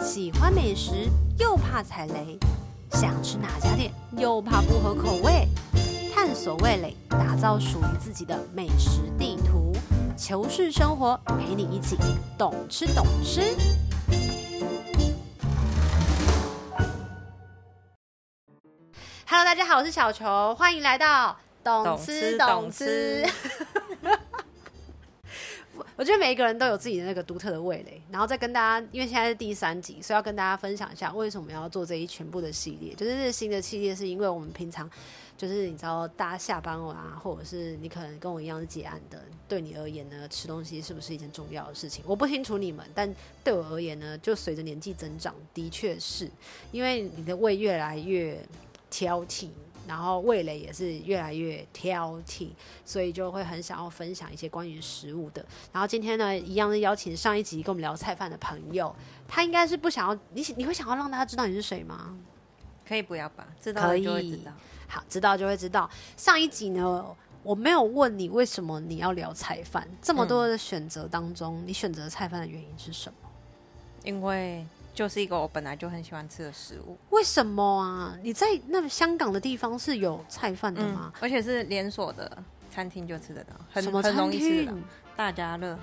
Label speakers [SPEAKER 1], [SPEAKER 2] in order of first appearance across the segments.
[SPEAKER 1] 喜欢美食又怕踩雷，想吃哪家店又怕不合口味，探索味蕾，打造属于自己的美食地图，求是生活陪你一起懂吃懂吃。Hello，大家好，我是小球，欢迎来到懂吃懂吃。我觉得每一个人都有自己的那个独特的味蕾，然后再跟大家，因为现在是第三集，所以要跟大家分享一下为什么要做这一全部的系列。就是这个新的系列，是因为我们平常就是你知道，大家下班啊，或者是你可能跟我一样是结案的，对你而言呢，吃东西是不是一件重要的事情？我不清楚你们，但对我而言呢，就随着年纪增长，的确是因为你的胃越来越挑剔，然后味蕾也是越来越挑剔，所以就会很想要分享一些关于食物的。然后今天呢，一样是邀请上一集跟我们聊菜饭的朋友，他应该是不想要你，你会想要让大家知道你是谁吗？
[SPEAKER 2] 可以不要吧？知道
[SPEAKER 1] 可
[SPEAKER 2] 了
[SPEAKER 1] 以
[SPEAKER 2] 就会知道。
[SPEAKER 1] 好，知道就会知道。上一集呢，我没有问你为什么你要聊菜饭，这么
[SPEAKER 2] 嗯
[SPEAKER 1] 多的选择当中，你选择菜饭的原因是什么？
[SPEAKER 2] 因为就是一个我本来就很喜欢吃的食物，
[SPEAKER 1] 为什么啊？你在那香港的地方是有菜饭的吗？
[SPEAKER 2] 而且是连锁的餐厅就吃得到，
[SPEAKER 1] 什么
[SPEAKER 2] 嗯很很
[SPEAKER 1] 餐
[SPEAKER 2] 容易吃得到
[SPEAKER 1] 厅？。
[SPEAKER 2] 大家乐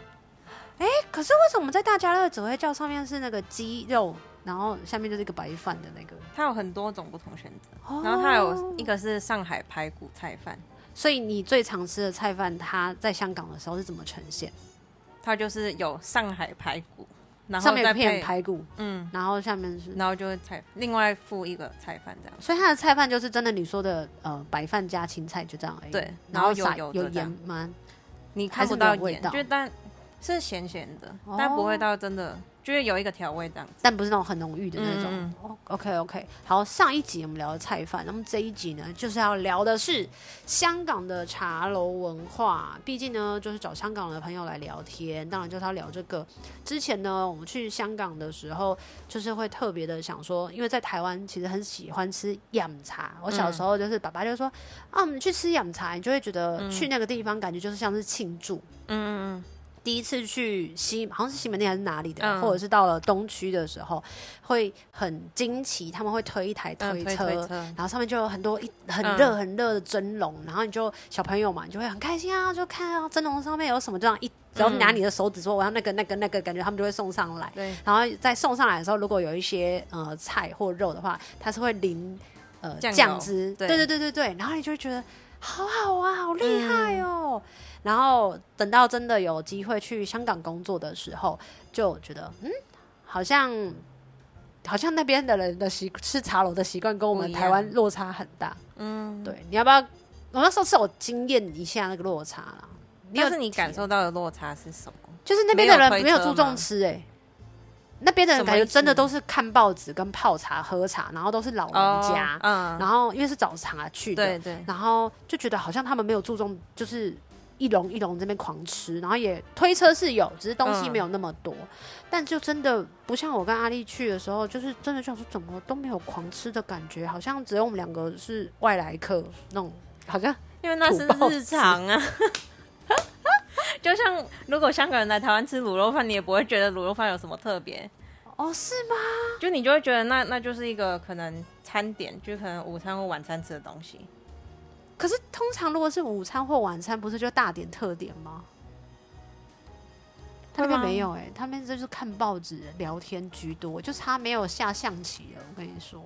[SPEAKER 1] 哎可是为什么在大家乐只会叫上面是那个鸡肉，然后下面就是一个白饭的那个？
[SPEAKER 2] 它有很多种不同选择，
[SPEAKER 1] 哦
[SPEAKER 2] 然后它有一个是上海排骨菜饭，
[SPEAKER 1] 所以你最常吃的菜饭，它在香港的时候是怎么呈现？
[SPEAKER 2] 它就是有上海排骨，然后
[SPEAKER 1] 上面有
[SPEAKER 2] 再
[SPEAKER 1] 一片
[SPEAKER 2] 配
[SPEAKER 1] 排骨，
[SPEAKER 2] 嗯，
[SPEAKER 1] 然后下面是，
[SPEAKER 2] 然后就会菜另外附一个菜饭这样。
[SPEAKER 1] 所以它的菜饭就是真的你说的呃白饭加青菜就这样而已。
[SPEAKER 2] 对
[SPEAKER 1] 然
[SPEAKER 2] 然
[SPEAKER 1] 后
[SPEAKER 2] 后
[SPEAKER 1] 撒
[SPEAKER 2] 有油
[SPEAKER 1] 有
[SPEAKER 2] 的这
[SPEAKER 1] 盐
[SPEAKER 2] 样
[SPEAKER 1] 吗？
[SPEAKER 2] 你
[SPEAKER 1] 还
[SPEAKER 2] 看
[SPEAKER 1] 是
[SPEAKER 2] 不
[SPEAKER 1] 没有
[SPEAKER 2] 到
[SPEAKER 1] 味
[SPEAKER 2] 盐
[SPEAKER 1] 道，
[SPEAKER 2] 就但是咸咸的
[SPEAKER 1] 哦，
[SPEAKER 2] 但不会到真的，就是有一个调味这样子。
[SPEAKER 1] 但不是那种很浓郁的那种。
[SPEAKER 2] 嗯
[SPEAKER 1] O K OK，好，上一集我们聊的菜饭，那么这一集呢，就是要聊的是香港的茶楼文化。毕竟呢，就是找香港的朋友来聊天，当然就是要聊这个。之前呢，我们去香港的时候，就是会特别的想说，因为在台湾其实很喜欢吃饮茶。我
[SPEAKER 2] 嗯
[SPEAKER 1] 小时候就是爸爸就说、啊，我们去吃饮茶，你就会觉得去那个地方感觉就是像是庆祝。
[SPEAKER 2] 嗯嗯嗯
[SPEAKER 1] 第一次去西，好像是西门町还是哪里的，
[SPEAKER 2] 嗯
[SPEAKER 1] 或者是到了东区的时候，会很惊奇，他们会推一台
[SPEAKER 2] 嗯，
[SPEAKER 1] 推
[SPEAKER 2] 推
[SPEAKER 1] 车。
[SPEAKER 2] 推车，
[SPEAKER 1] 然后上面就有很多一很
[SPEAKER 2] 嗯
[SPEAKER 1] 热很热的蒸笼，然后你就小朋友嘛，你就会很开心啊，就看到蒸笼上面有什么，这样一只
[SPEAKER 2] 嗯
[SPEAKER 1] 要拿你的手指说我要那个那个那个，感觉他们就会送上来。
[SPEAKER 2] 对，
[SPEAKER 1] 然后在送上来的时候，如果有一些呃菜或肉的话，它是会淋呃
[SPEAKER 2] 酱油
[SPEAKER 1] 酱汁，
[SPEAKER 2] 对嗯
[SPEAKER 1] 对对对对，然后你就会觉得好好啊，好厉害哦。然后等到真的有机会去香港工作的时候，就觉得嗯，好像好像那边的人的习吃茶楼的习惯跟我们
[SPEAKER 2] 不一样
[SPEAKER 1] 台湾落差很大。
[SPEAKER 2] 嗯，
[SPEAKER 1] 对，你要不要？我那时候是有经验一下那个落差啦。你有
[SPEAKER 2] 但是你感受到的落差是什么？
[SPEAKER 1] 就是那边的人
[SPEAKER 2] 没有推车
[SPEAKER 1] 没有注重吃哎、那边的人感觉真的
[SPEAKER 2] 什么意思
[SPEAKER 1] 都是看报纸、跟泡茶、喝茶，然后都是老人家，
[SPEAKER 2] 哦嗯，
[SPEAKER 1] 然后因为是早茶去的，
[SPEAKER 2] 对对，
[SPEAKER 1] 然后就觉得好像他们没有注重，就是一笼一笼这边狂吃，然后也推车是有，只是东西
[SPEAKER 2] 嗯
[SPEAKER 1] 没有那么多，但就真的不像我跟阿丽去的时候，就是真的想说怎么都没有狂吃的感觉，好像只有我们两个是外来客那种，好像
[SPEAKER 2] 因为那是日常啊。 就像如果香港人来台湾吃卤肉饭，你也不会觉得卤肉饭有什么特别，
[SPEAKER 1] 哦是吗？
[SPEAKER 2] 就你就会觉得那那就是一个可能餐点，就可能午餐或晚餐吃的东西。
[SPEAKER 1] 可是通常如果是午餐或晚餐，不是就大点特点吗？他那边
[SPEAKER 2] 会吗
[SPEAKER 1] 没有哎、他们就是看报纸、聊天居多，就是他没有下象棋了。我跟你说，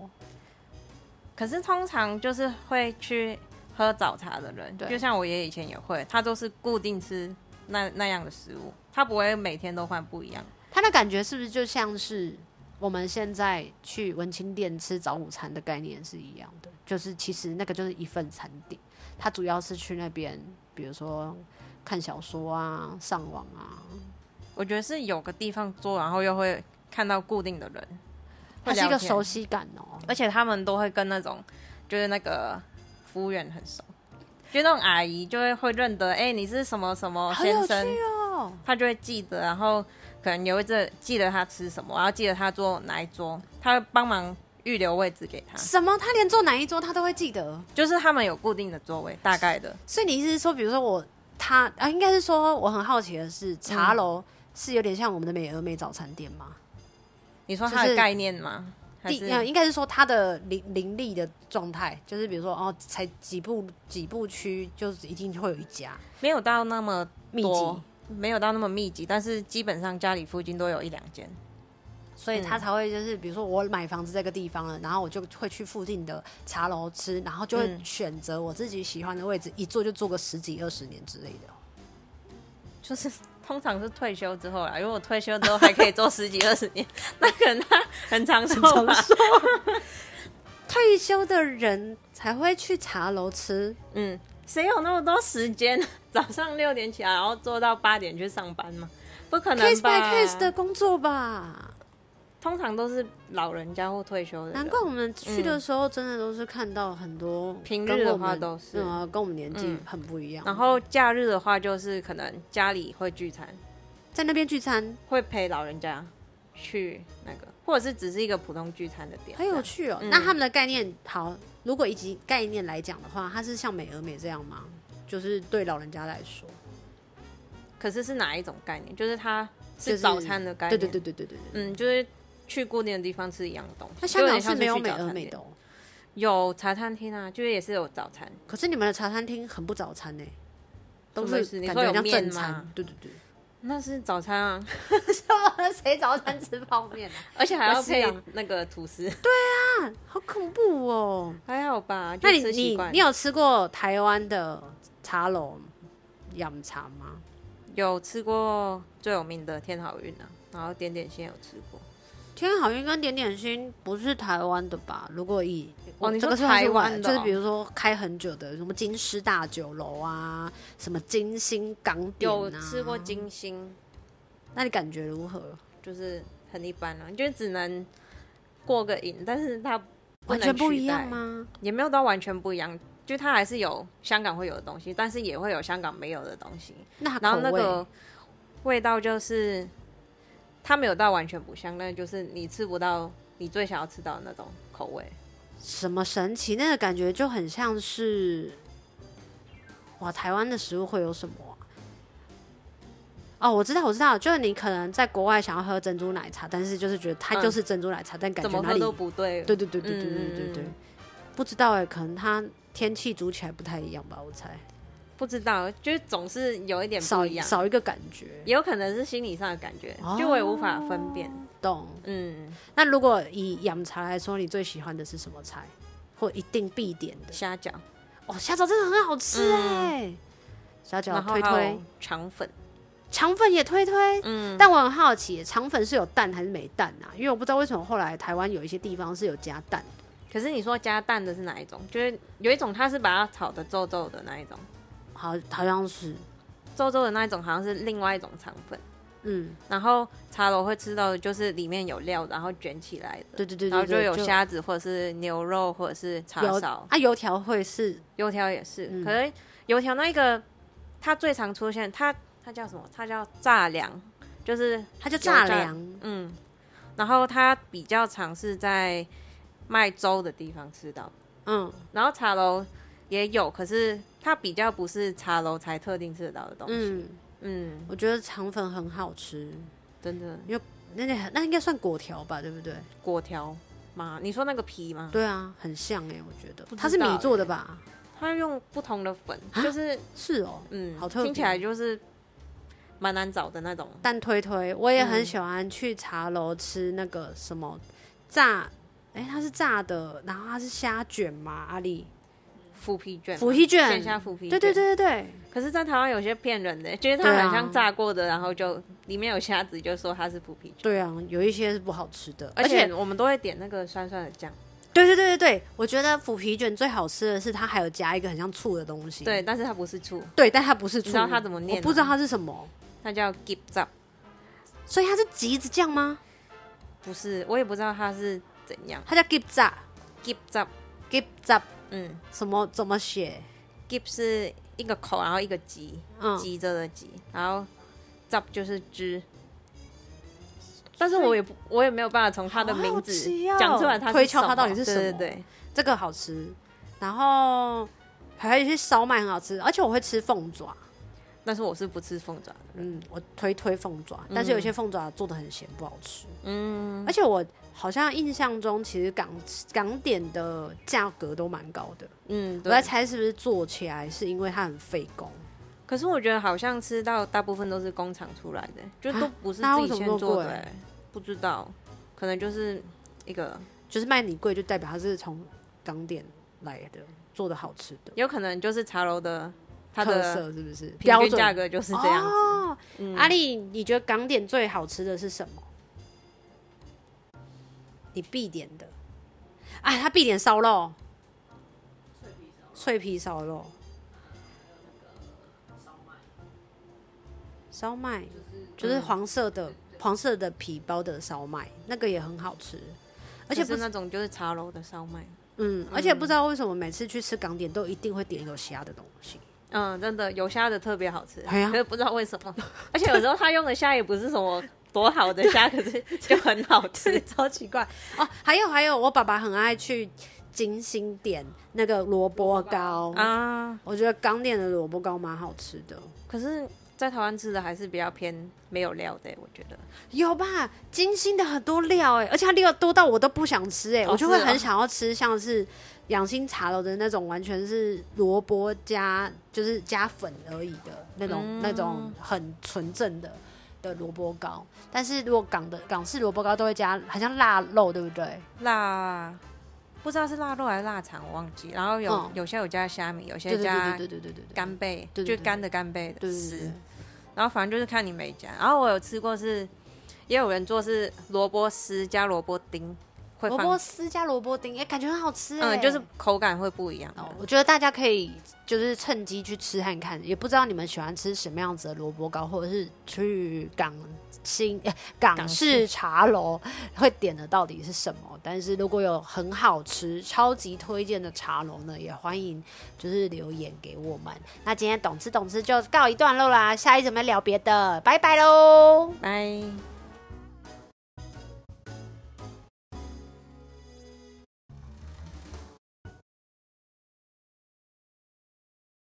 [SPEAKER 2] 可是通常就是会去喝早茶的人，
[SPEAKER 1] 对
[SPEAKER 2] 就像我爷爷以前也会，他都是固定吃那那样的食物，他不会每天都换不一样。
[SPEAKER 1] 他的感觉是不是就像是我们现在去文青店吃早午餐的概念是一样的？就是其实那个就是一份餐点，他主要是去那边，比如说看小说啊、上网啊，
[SPEAKER 2] 我觉得是有个地方做，然后又会看到固定的人，
[SPEAKER 1] 它
[SPEAKER 2] 会
[SPEAKER 1] 是一个
[SPEAKER 2] 聊天
[SPEAKER 1] 熟悉感哦、
[SPEAKER 2] 而且他们都会跟那种就是那个服务员很熟，就那种阿姨就会会认得，哎、你是什么什么
[SPEAKER 1] 好有
[SPEAKER 2] 先
[SPEAKER 1] 趣
[SPEAKER 2] 生，
[SPEAKER 1] 哦、
[SPEAKER 2] 他就会记得，然后可能也会这记得他吃什么，然后记得他坐哪一桌，他会帮忙预留位置给他，
[SPEAKER 1] 什么？他连坐哪一桌他都会记得？
[SPEAKER 2] 就是他们有固定的座位，大概的，
[SPEAKER 1] 所以你意思是说，比如说我他啊，应该是
[SPEAKER 2] 嗯
[SPEAKER 1] 说我很好奇的是，茶楼是有点像我们的美而美早餐店吗？
[SPEAKER 2] 你说
[SPEAKER 1] 就
[SPEAKER 2] 它的
[SPEAKER 1] 是
[SPEAKER 2] 概念吗？还
[SPEAKER 1] 第
[SPEAKER 2] 是
[SPEAKER 1] 呃，应该是说它的灵灵力的状态，就是比如说哦，才几步几步区，就是一定会有一家
[SPEAKER 2] 没有到那么
[SPEAKER 1] 密集
[SPEAKER 2] 多，，没有到那么密集，但是基本上家里附近都有一两间。
[SPEAKER 1] 所以他才会就是比如说我买房子这个地方了，然后我就会去附近的茶楼吃，然后就会
[SPEAKER 2] 嗯
[SPEAKER 1] 选择我自己喜欢的位置，一坐就坐个十几二十年之类的。
[SPEAKER 2] 就是通常是退休之后啦，如果退休之后还可以做十几二十年，那可能他很长寿吧。
[SPEAKER 1] 退休的人才会去茶楼吃，
[SPEAKER 2] 嗯，谁有那么多时间？早上六点起来，然后做到八点去上班吗？不可
[SPEAKER 1] case
[SPEAKER 2] 能吧
[SPEAKER 1] by case 的工作吧。
[SPEAKER 2] 通常都是老人家或退休的人。
[SPEAKER 1] 难怪我们去的时候，真的都是看到很多
[SPEAKER 2] 平日
[SPEAKER 1] 跟我
[SPEAKER 2] 的话
[SPEAKER 1] 们
[SPEAKER 2] 都是
[SPEAKER 1] 嗯跟我们年纪
[SPEAKER 2] 嗯
[SPEAKER 1] 很不一样。
[SPEAKER 2] 然后假日的话，就是可能家里会聚餐，
[SPEAKER 1] 在那边聚餐，
[SPEAKER 2] 会陪老人家去那个，或者是只是一个普通聚餐的点。
[SPEAKER 1] 很
[SPEAKER 2] 这
[SPEAKER 1] 有
[SPEAKER 2] 样
[SPEAKER 1] 趣哦。
[SPEAKER 2] 嗯
[SPEAKER 1] 那他们的概念好，如果以及概念来讲的话，它是像美而美这样吗？就是对老人家来说，
[SPEAKER 2] 可是是哪一种概念？就是它
[SPEAKER 1] 就是
[SPEAKER 2] 早餐的概
[SPEAKER 1] 对
[SPEAKER 2] 念。
[SPEAKER 1] 对对对对对对。
[SPEAKER 2] 嗯，就是去固定的地方吃一样的东西。
[SPEAKER 1] 那香港
[SPEAKER 2] 就有点像
[SPEAKER 1] 是没有
[SPEAKER 2] 去
[SPEAKER 1] 美
[SPEAKER 2] 早餐
[SPEAKER 1] 而美
[SPEAKER 2] 店
[SPEAKER 1] 的哦，
[SPEAKER 2] 有茶餐厅啊，就是也是有早餐，
[SPEAKER 1] 可是你们的茶餐厅很不早餐呢，都
[SPEAKER 2] 什么意
[SPEAKER 1] 是
[SPEAKER 2] 思你
[SPEAKER 1] 感
[SPEAKER 2] 说
[SPEAKER 1] 觉
[SPEAKER 2] 有
[SPEAKER 1] 像
[SPEAKER 2] 面
[SPEAKER 1] 正餐
[SPEAKER 2] 吗。
[SPEAKER 1] 对对对，
[SPEAKER 2] 那是早餐啊，
[SPEAKER 1] 谁早餐吃泡面啊？
[SPEAKER 2] 而且还 要
[SPEAKER 1] 我是
[SPEAKER 2] 配
[SPEAKER 1] 啊
[SPEAKER 2] 那个吐司，
[SPEAKER 1] 好恐怖哦！
[SPEAKER 2] 还好吧？
[SPEAKER 1] 那
[SPEAKER 2] 就
[SPEAKER 1] 你
[SPEAKER 2] 吃习
[SPEAKER 1] 你
[SPEAKER 2] 惯
[SPEAKER 1] 你有吃过台湾的茶楼饮茶吗？
[SPEAKER 2] 有吃过最有名的天好运啊，然后点点心也有吃过。
[SPEAKER 1] 天好运跟点点心不是台湾的吧？如果以
[SPEAKER 2] 哦你
[SPEAKER 1] 这
[SPEAKER 2] 说
[SPEAKER 1] 个是还是
[SPEAKER 2] 台湾的哦
[SPEAKER 1] 就是比如说开很久的什么金狮大酒楼啊，什么金星港点、啊、
[SPEAKER 2] 有吃过，金星，
[SPEAKER 1] 那你感觉如何？
[SPEAKER 2] 就是很一般啊，就只能过个瘾，但是它
[SPEAKER 1] 完
[SPEAKER 2] 能
[SPEAKER 1] 全不
[SPEAKER 2] 取
[SPEAKER 1] 一样
[SPEAKER 2] 代？
[SPEAKER 1] 吗？
[SPEAKER 2] 也没有到完全不一样，就它还是有香港会有的东西，但是也会有香港没有的东西。
[SPEAKER 1] 那它
[SPEAKER 2] 然后
[SPEAKER 1] 口
[SPEAKER 2] 那
[SPEAKER 1] 味
[SPEAKER 2] 个味道就是它没有到完全不像，但就是你吃不到你最想要吃到的那种口味。
[SPEAKER 1] 什么神奇？那个感觉就很像是，哇，台湾的食物会有什么啊、哦，我知道，我知道，就是你可能在国外想要喝珍珠奶茶，但是就是觉得它
[SPEAKER 2] 嗯
[SPEAKER 1] 就是珍珠奶茶，但感
[SPEAKER 2] 怎
[SPEAKER 1] 觉
[SPEAKER 2] 么
[SPEAKER 1] 哪
[SPEAKER 2] 喝
[SPEAKER 1] 里
[SPEAKER 2] 都不对，
[SPEAKER 1] 对对对对对对对对
[SPEAKER 2] 嗯嗯嗯
[SPEAKER 1] 不知道哎、可能它天气煮起来不太一样吧，我猜
[SPEAKER 2] 不知道，就是总是有一点
[SPEAKER 1] 少
[SPEAKER 2] 不一样，
[SPEAKER 1] 少一个感觉，
[SPEAKER 2] 也有可能是心理上的感觉，
[SPEAKER 1] 哦
[SPEAKER 2] 就我也无法分辨。
[SPEAKER 1] 懂？
[SPEAKER 2] 嗯，
[SPEAKER 1] 那如果以养茶来说，你最喜欢的是什么菜，或一定必点的？
[SPEAKER 2] 虾饺，
[SPEAKER 1] 哦，虾饺真的很好吃哎、虾饺
[SPEAKER 2] 然后
[SPEAKER 1] 推
[SPEAKER 2] 还
[SPEAKER 1] 推
[SPEAKER 2] 有，肠粉，
[SPEAKER 1] 肠粉也推推。
[SPEAKER 2] 嗯，
[SPEAKER 1] 但我很好奇，肠粉是有蛋还是没蛋啊？因为我不知道为什么后来台湾有一些地方是有加蛋。
[SPEAKER 2] 可是你说加蛋的是哪一种？就是有一种它是把它炒的皱皱的那一种，
[SPEAKER 1] 好，好像是，
[SPEAKER 2] 皱皱的那一种好像是另外一种肠粉。
[SPEAKER 1] 嗯，
[SPEAKER 2] 然后茶楼会吃到的就是里面有料，然后卷起来的，
[SPEAKER 1] 对对对
[SPEAKER 2] 然
[SPEAKER 1] 对
[SPEAKER 2] 后就
[SPEAKER 1] 对，
[SPEAKER 2] 有虾子或者是牛肉或者是叉
[SPEAKER 1] 油
[SPEAKER 2] 烧，
[SPEAKER 1] 啊，油条会是
[SPEAKER 2] 油条也是。
[SPEAKER 1] 嗯
[SPEAKER 2] 可是油条那一个，它最常出现，它它叫什么？它叫炸粮，就是
[SPEAKER 1] 它就
[SPEAKER 2] 油
[SPEAKER 1] 炸
[SPEAKER 2] 炸
[SPEAKER 1] 粮，
[SPEAKER 2] 嗯，然后它比较常是在卖粥的地方吃到，
[SPEAKER 1] 嗯
[SPEAKER 2] 然后茶楼也有，可是它比较不是茶楼才特定吃得到的东西。
[SPEAKER 1] 嗯，
[SPEAKER 2] 嗯，
[SPEAKER 1] 我觉得肠粉很好吃，
[SPEAKER 2] 真的
[SPEAKER 1] 那那那应该算果条吧，对不对？
[SPEAKER 2] 果条吗？你说那个皮吗？
[SPEAKER 1] 对啊，很像哎、我觉得
[SPEAKER 2] 不知道欸
[SPEAKER 1] 它是米做的吧？
[SPEAKER 2] 它用不同的粉，就是
[SPEAKER 1] 是哦，
[SPEAKER 2] 嗯，
[SPEAKER 1] 啊好特别
[SPEAKER 2] 听起来就是蛮难找的那种。
[SPEAKER 1] 但推推我也
[SPEAKER 2] 嗯
[SPEAKER 1] 很喜欢去茶楼吃那个什么炸，哎、它是炸的，然后它是虾卷嘛，阿丽，
[SPEAKER 2] 腐皮卷嘛，
[SPEAKER 1] 腐皮卷
[SPEAKER 2] 线下腐皮
[SPEAKER 1] 对对。
[SPEAKER 2] 卷。
[SPEAKER 1] 对对对，
[SPEAKER 2] 可是，在台湾有些骗人的，就是它
[SPEAKER 1] 对啊
[SPEAKER 2] 很像炸过的，然后就里面有虾子，就说它是腐皮卷。
[SPEAKER 1] 对啊，有一些是不好吃的，而
[SPEAKER 2] 而
[SPEAKER 1] 且
[SPEAKER 2] 且我们都会点那个酸酸的酱，
[SPEAKER 1] 对对对对对，我觉得腐皮卷最好吃的是它还有加一个很像醋的东西，
[SPEAKER 2] 对，但是它不是醋，
[SPEAKER 1] 对，但它不是醋，
[SPEAKER 2] 你知道它怎么念吗
[SPEAKER 1] 我不知道它是什么，
[SPEAKER 2] 它叫 gip up，
[SPEAKER 1] 所以它是橘子酱吗？
[SPEAKER 2] 不是，我也不知道它是怎样
[SPEAKER 1] 它叫 gib 炸
[SPEAKER 2] gip up，
[SPEAKER 1] ，gib 炸
[SPEAKER 2] 嗯
[SPEAKER 1] 什么怎么写？
[SPEAKER 2] ，gip 是一个口，然后一个急，
[SPEAKER 1] 嗯，
[SPEAKER 2] 急着的急，然后 up 就是汁。但是我也不，我也没有办法从它的
[SPEAKER 1] 好好
[SPEAKER 2] 名字
[SPEAKER 1] 奇哦
[SPEAKER 2] 讲出来它是
[SPEAKER 1] 推敲它
[SPEAKER 2] 什么
[SPEAKER 1] 到底是什么
[SPEAKER 2] 对对对，
[SPEAKER 1] 这个好吃，然后还有一些烧麦很好吃，而且我会吃凤爪，
[SPEAKER 2] 但是我是不吃凤爪的。
[SPEAKER 1] 嗯，我推推凤爪，但是有些凤爪做的很咸，不好吃。
[SPEAKER 2] 嗯，
[SPEAKER 1] 而且我好像印象中，其实港港点的价格都蛮高的。
[SPEAKER 2] 嗯，
[SPEAKER 1] 我
[SPEAKER 2] 对
[SPEAKER 1] 在。猜是不是做起来是因为它很费工，
[SPEAKER 2] 可是我觉得好像吃到大部分都是工厂出来的，就都不是
[SPEAKER 1] 那
[SPEAKER 2] 自
[SPEAKER 1] 啊为什么
[SPEAKER 2] 己先
[SPEAKER 1] 那么
[SPEAKER 2] 做的、
[SPEAKER 1] 贵
[SPEAKER 2] 欸不知道，可能就是一个
[SPEAKER 1] 就是卖你贵就代表它是从港点来的，做的好吃的
[SPEAKER 2] 有可能就是茶楼的它
[SPEAKER 1] 特
[SPEAKER 2] 的
[SPEAKER 1] 色是不是？
[SPEAKER 2] 平
[SPEAKER 1] 标
[SPEAKER 2] 均
[SPEAKER 1] 准
[SPEAKER 2] 价格就是这样子。
[SPEAKER 1] 哦阿丽，你觉得港点最好吃的是什么？你必点的，哎，它必点烧肉，脆皮烧肉，烧麦，就是黄色的、黄色的皮包的烧麦，那个也很好吃，而且
[SPEAKER 2] 就
[SPEAKER 1] 不
[SPEAKER 2] 是那种就是茶楼的烧麦，
[SPEAKER 1] 嗯，而且不知道为什么每次去吃港点都一定会点有虾的东西，
[SPEAKER 2] 嗯，真的有虾的特别好吃，
[SPEAKER 1] 哎呀
[SPEAKER 2] 可是不知道为什么，而且有时候他用的虾也不是什么多好的 虾，可是就很好吃，超奇怪。
[SPEAKER 1] 哦，还有还有，我爸爸很爱去金星点那个萝卜糕
[SPEAKER 2] 啊。
[SPEAKER 1] 我觉得港点的萝卜糕蛮好吃的，
[SPEAKER 2] 可是，在台湾吃的还是比较偏没有料的、欸我觉得。
[SPEAKER 1] 有吧？金星的很多料哎、而且它料多到我都不想吃哎、
[SPEAKER 2] 哦
[SPEAKER 1] 我就会
[SPEAKER 2] 是哦
[SPEAKER 1] 很想要吃像是养心茶楼的那种，完全是萝卜加就是加粉而已的那种、那种很纯正的。的萝卜糕，但是如果港的港式萝卜糕都会加，好像腊肉，对不对？
[SPEAKER 2] 腊，不知道是腊肉还是腊肠，我忘记。然后有、
[SPEAKER 1] 嗯
[SPEAKER 2] 有些有加虾米，有
[SPEAKER 1] 对
[SPEAKER 2] 些
[SPEAKER 1] 对
[SPEAKER 2] 加
[SPEAKER 1] 对对对对对对，
[SPEAKER 2] 干贝，
[SPEAKER 1] 对对
[SPEAKER 2] 就
[SPEAKER 1] 对
[SPEAKER 2] 干的干贝的
[SPEAKER 1] 对对对
[SPEAKER 2] 丝
[SPEAKER 1] 对。
[SPEAKER 2] 然后反正就是看你每家。然后我有吃过是，也有人做是萝卜丝加萝卜丁，会
[SPEAKER 1] 萝
[SPEAKER 2] 放
[SPEAKER 1] 卜丝加萝卜丁，哎、感觉很好吃、哎。
[SPEAKER 2] 嗯，就是口感会不一样的。
[SPEAKER 1] 哦，我觉得大家可以就是趁机去吃看看，也不知道你们喜欢吃什么样子的萝卜糕，或者是去港新、呃港式茶楼会点的到底是什么。但是如果有很好吃、超级推荐的茶楼呢，也欢迎就是留言给我们。那今天懂吃懂吃就告一段落啦，下一集我们聊别的，拜拜喽。
[SPEAKER 2] 拜。